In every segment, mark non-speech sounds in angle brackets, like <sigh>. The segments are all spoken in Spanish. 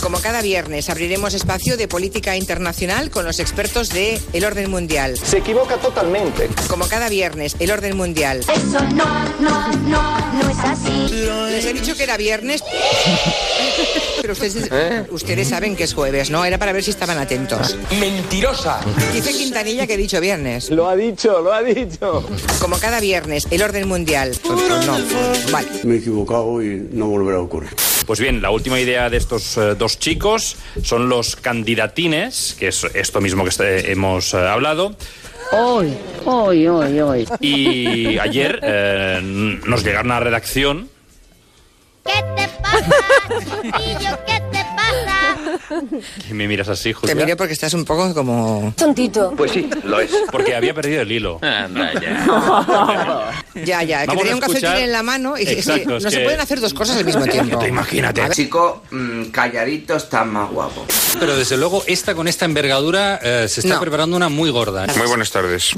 como cada viernes, abriremos espacio de política internacional con los expertos de El Orden Mundial. Se equivoca totalmente. Como cada viernes, El Orden Mundial. Eso no, no, no, no es así. Les he dicho que era viernes. <laughs> Pero ustedes, ¿Eh? ustedes saben que es jueves, ¿no? Era para ver si estaban atentos. Mentirosa. Dice Quintanilla que he dicho viernes. Lo ha dicho, lo ha dicho. Como cada viernes, el orden mundial. Pues, pues no. Vale. Me he equivocado y no volverá a ocurrir. Pues bien, la última idea de estos eh, dos chicos son los candidatines, que es esto mismo que este- hemos eh, hablado. Hoy, hoy, hoy, hoy. Y ayer eh, n- nos llegaron a la redacción ¿Qué te pasa, chiquillo? ¿Qué te pasa? que me miras así, Te Julia, miré porque estás un poco como... Tontito. Pues sí, lo es. porque había perdido <laughs> el hilo. Anda ya. Ya, ya, que Vamos tenía a un cafetín escuchar- en la mano y es que Exacto, es no se que- pueden hacer dos cosas al <laughs> mismo tiempo. Imagínate. Chico, mm, calladito está más guapo. Pero desde luego, esta con esta envergadura eh, se está No. preparando una muy gorda. ¿eh? Muy buenas tardes.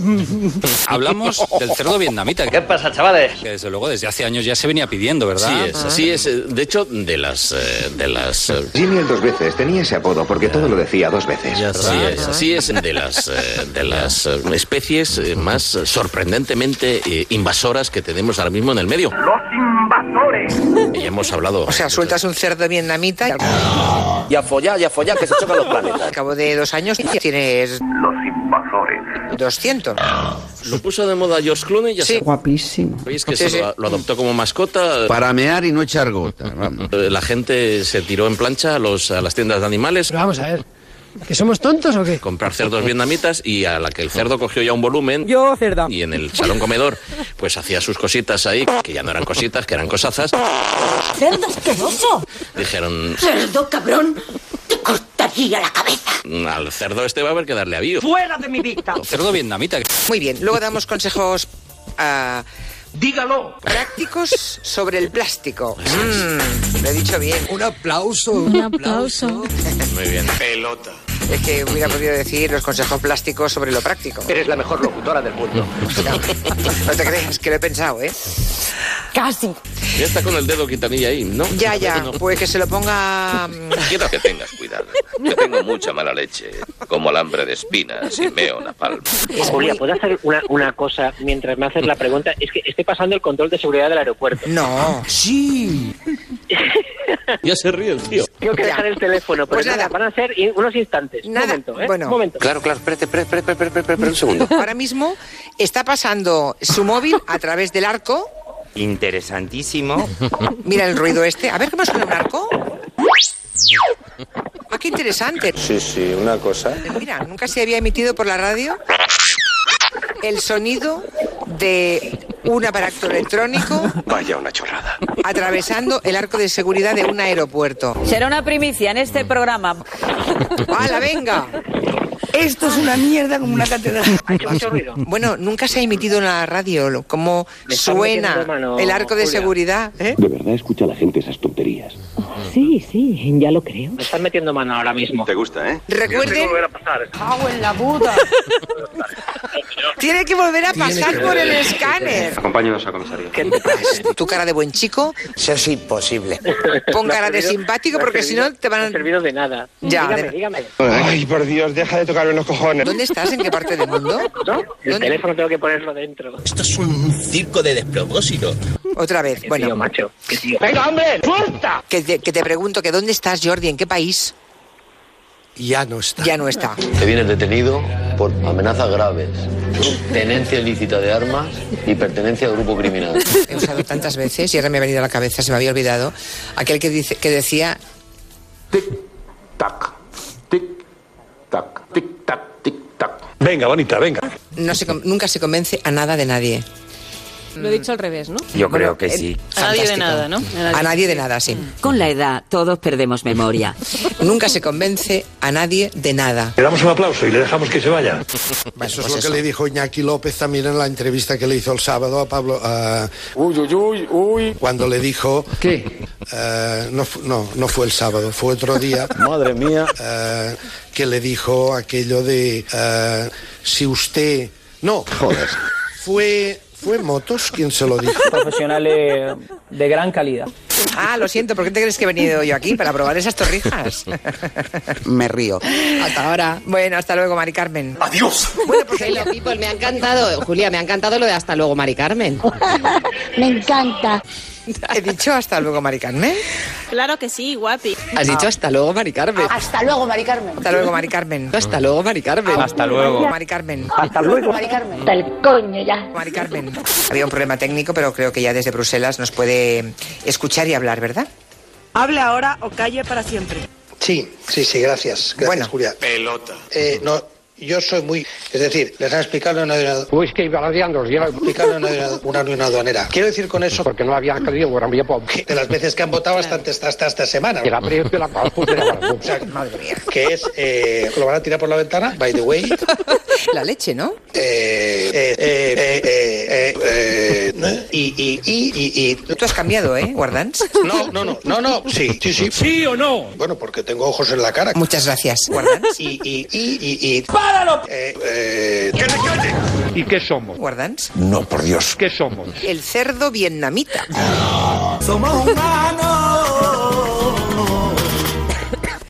Hablamos del cerdo vietnamita, ¿Qué que pasa, chavales? que desde luego desde hace años ya se venía pidiendo, ¿verdad? Así es, así es. eh, De hecho, de las... eh, de las... eh, Jimmy el dos veces tenía ese apodo porque todo lo decía dos veces. Así es, así es de las eh, de las eh, especies eh, más eh, sorprendentemente eh, invasoras que tenemos ahora mismo en el medio. Los invasores. Ya hemos hablado. O sea, sueltas un cerdo vietnamita y al Y a follar, y a follar, que se chocan los planetas. cabo de dos años tienes... Los invasores. 200. Ah, Lo puso de moda George Clooney. Ya Sí. Guapísimo. sabéis que Sí, se Lo, sí. lo adoptó como mascota. Para mear y no echar gota. vamos. Eh, La gente se tiró en plancha a, los, a las tiendas de animales. vamos a ver. ¿Que somos tontos o qué? comprar cerdos vietnamitas y a la que el cerdo cogió ya un volumen. Yo, cerda. Y en el salón comedor, pues hacía sus cositas ahí, que ya no eran cositas, que eran cosazas. ¡Cerdo asqueroso! Dijeron, Cerdo cabrón, te cortaría la cabeza. al cerdo este va a haber que darle avío. ¡Fuera de mi vista! Cerdo vietnamita. Muy bien, luego damos consejos ah, ¡Dígalo! prácticos sobre el plástico. Mm, lo he dicho bien. Un aplauso. Un aplauso. Muy bien. Es que hubiera podido decir los consejos plásticos sobre lo práctico. Eres la mejor locutora del mundo. <laughs> No te creas que lo he pensado, ¿eh? Casi. Ya está con el dedo quitanilla ahí, ¿no? Ya, ya, No. pues que se lo ponga... mm, Quiero que tengas cuidado. Yo tengo mucha mala leche, como alambre de espinas y meo la palma. Julia, ¿puedo hacer una, una cosa mientras me haces la pregunta? Es que estoy pasando el control de seguridad del aeropuerto. No. Ya se ríe el tío. Tengo que Ya. dejar el teléfono, pero Pues nada, nada. van a ser in- unos instantes. Un Nada, momento, ¿eh? bueno. Un momento. Claro, claro, espérate, espérate, espérate, espérate, espérate un segundo. Ahora mismo está pasando su móvil a través del arco. <laughs> Interesantísimo. Mira el ruido este. A ver cómo suena un arco. Ah, qué interesante. Sí, sí, una cosa. Mira, nunca se había emitido por la radio el sonido de un aparato electrónico Vaya una chorrada. atravesando el arco de seguridad de un aeropuerto. Será una primicia en este programa. ¡Hala, venga! Esto es una mierda como una catedral. Hay mucho ruido. Bueno, nunca se ha emitido en la radio lo- cómo Me está suena metiendo mano, el arco de Julia. seguridad. ¿eh? De verdad escucha la gente esas tonterías. Sí, sí, ya lo creo. Me están metiendo mano ahora mismo. Te gusta, ¿eh? Recuerden, a pasar. <laughs> tiene que volver a pasar por el escáner. Acompáñanos a comisaría. ¿Qué te pasa? Tu cara de buen chico, Eso es imposible. pon No ha cara de servido- simpático no ha porque si servido- no te No ha van a... servido de nada. Ya, dígame, de- dígame. Ay, por Dios, deja de tocarme los cojones. ¿Dónde estás? ¿En qué parte del mundo? ¿No? El ¿Dónde? teléfono tengo que ponerlo dentro. Esto es un circo de despropósito. Otra vez. Qué tío, Bueno, macho. Qué tío. ¡Venga, hombre! ¡Suelta! que te, que te pregunto que dónde estás, Jordi, en qué país. Ya no está. Ya no está. Te vienes detenido por amenazas graves, tenencia ilícita de armas y pertenencia a grupo criminal. He usado tantas veces y ahora me ha venido a la cabeza, se me había olvidado, aquel que, dice, que decía Tac, tic, tac, tic, tac, tic, tac. Venga, bonita, venga. no se, con- nunca se convence a nada de nadie. Lo he dicho al revés, ¿no? Yo Bueno, eh, fantástico. A A nadie de nada, sí. Mm. Con la edad, todos perdemos memoria. Nunca se convence a nadie de nada. Le damos un aplauso y le dejamos que se vaya. Bueno, eso es pues lo que le dijo Iñaki López también en la entrevista que le hizo el sábado a Pablo. a- Uy, uy, uy, uy. cuando le dijo. ¿Qué? eh, no, fu- no, no fue el sábado, fue otro día. Madre mía. eh, que le dijo aquello de. eh, si usted. No. Joder. Fue. ¿Fue Motos quien se lo dijo? Profesionales de gran calidad. Ah, lo siento, ¿por qué te crees que he venido yo aquí? Para probar <laughs> esas torrijas. Me río. Hasta ahora. Bueno, hasta luego, Mari Carmen. Adiós. Bueno, pues Hello, people, me ha encantado, Julia, me ha encantado lo de hasta luego, Mari Carmen. me encanta. He dicho hasta luego, Mari Carmen. Ah. Claro que sí, guapi. Has dicho hasta luego, Mari Carmen. Hasta luego, Mari Carmen. Hasta luego, Mari Carmen. Hasta luego, Mari Carmen. Hasta luego, Mari Carmen. Hasta luego, Mari Carmen. Hasta el coño ya. Mari Carmen. Había un problema técnico, pero creo que ya desde Bruselas nos puede escuchar y hablar, ¿verdad? Hable ahora o calle para siempre. Sí, sí, sí, gracias. Gracias, Julia. Pelota. Eh, no, yo soy muy... Es decir, les han explicado una... Uy, estoy balanceándolos. Ya explicado una, una, una aduanera. Quiero decir con eso... Porque no había caído gran De las veces que han votado hasta, antes- hasta esta semana. pues, O sea, Madre mía. que es... eh, lo van a tirar por la ventana, by the way. <laughs> La leche, ¿no? Eh, eh, eh, eh, eh, eh, eh, y, y, y, y, y... Tú has cambiado, ¿eh, Guardans? No, no, no, no, no, sí, sí, sí. ¿Sí o no? Bueno, porque tengo ojos en la cara. Muchas gracias. Guardans. Y, y, y, y, y... ¡Páralo! Eh, eh... ¡Que te calles! ¿Y qué somos? Guardans. No, por Dios. ¿Qué somos? El cerdo vietnamita. Somos humanos.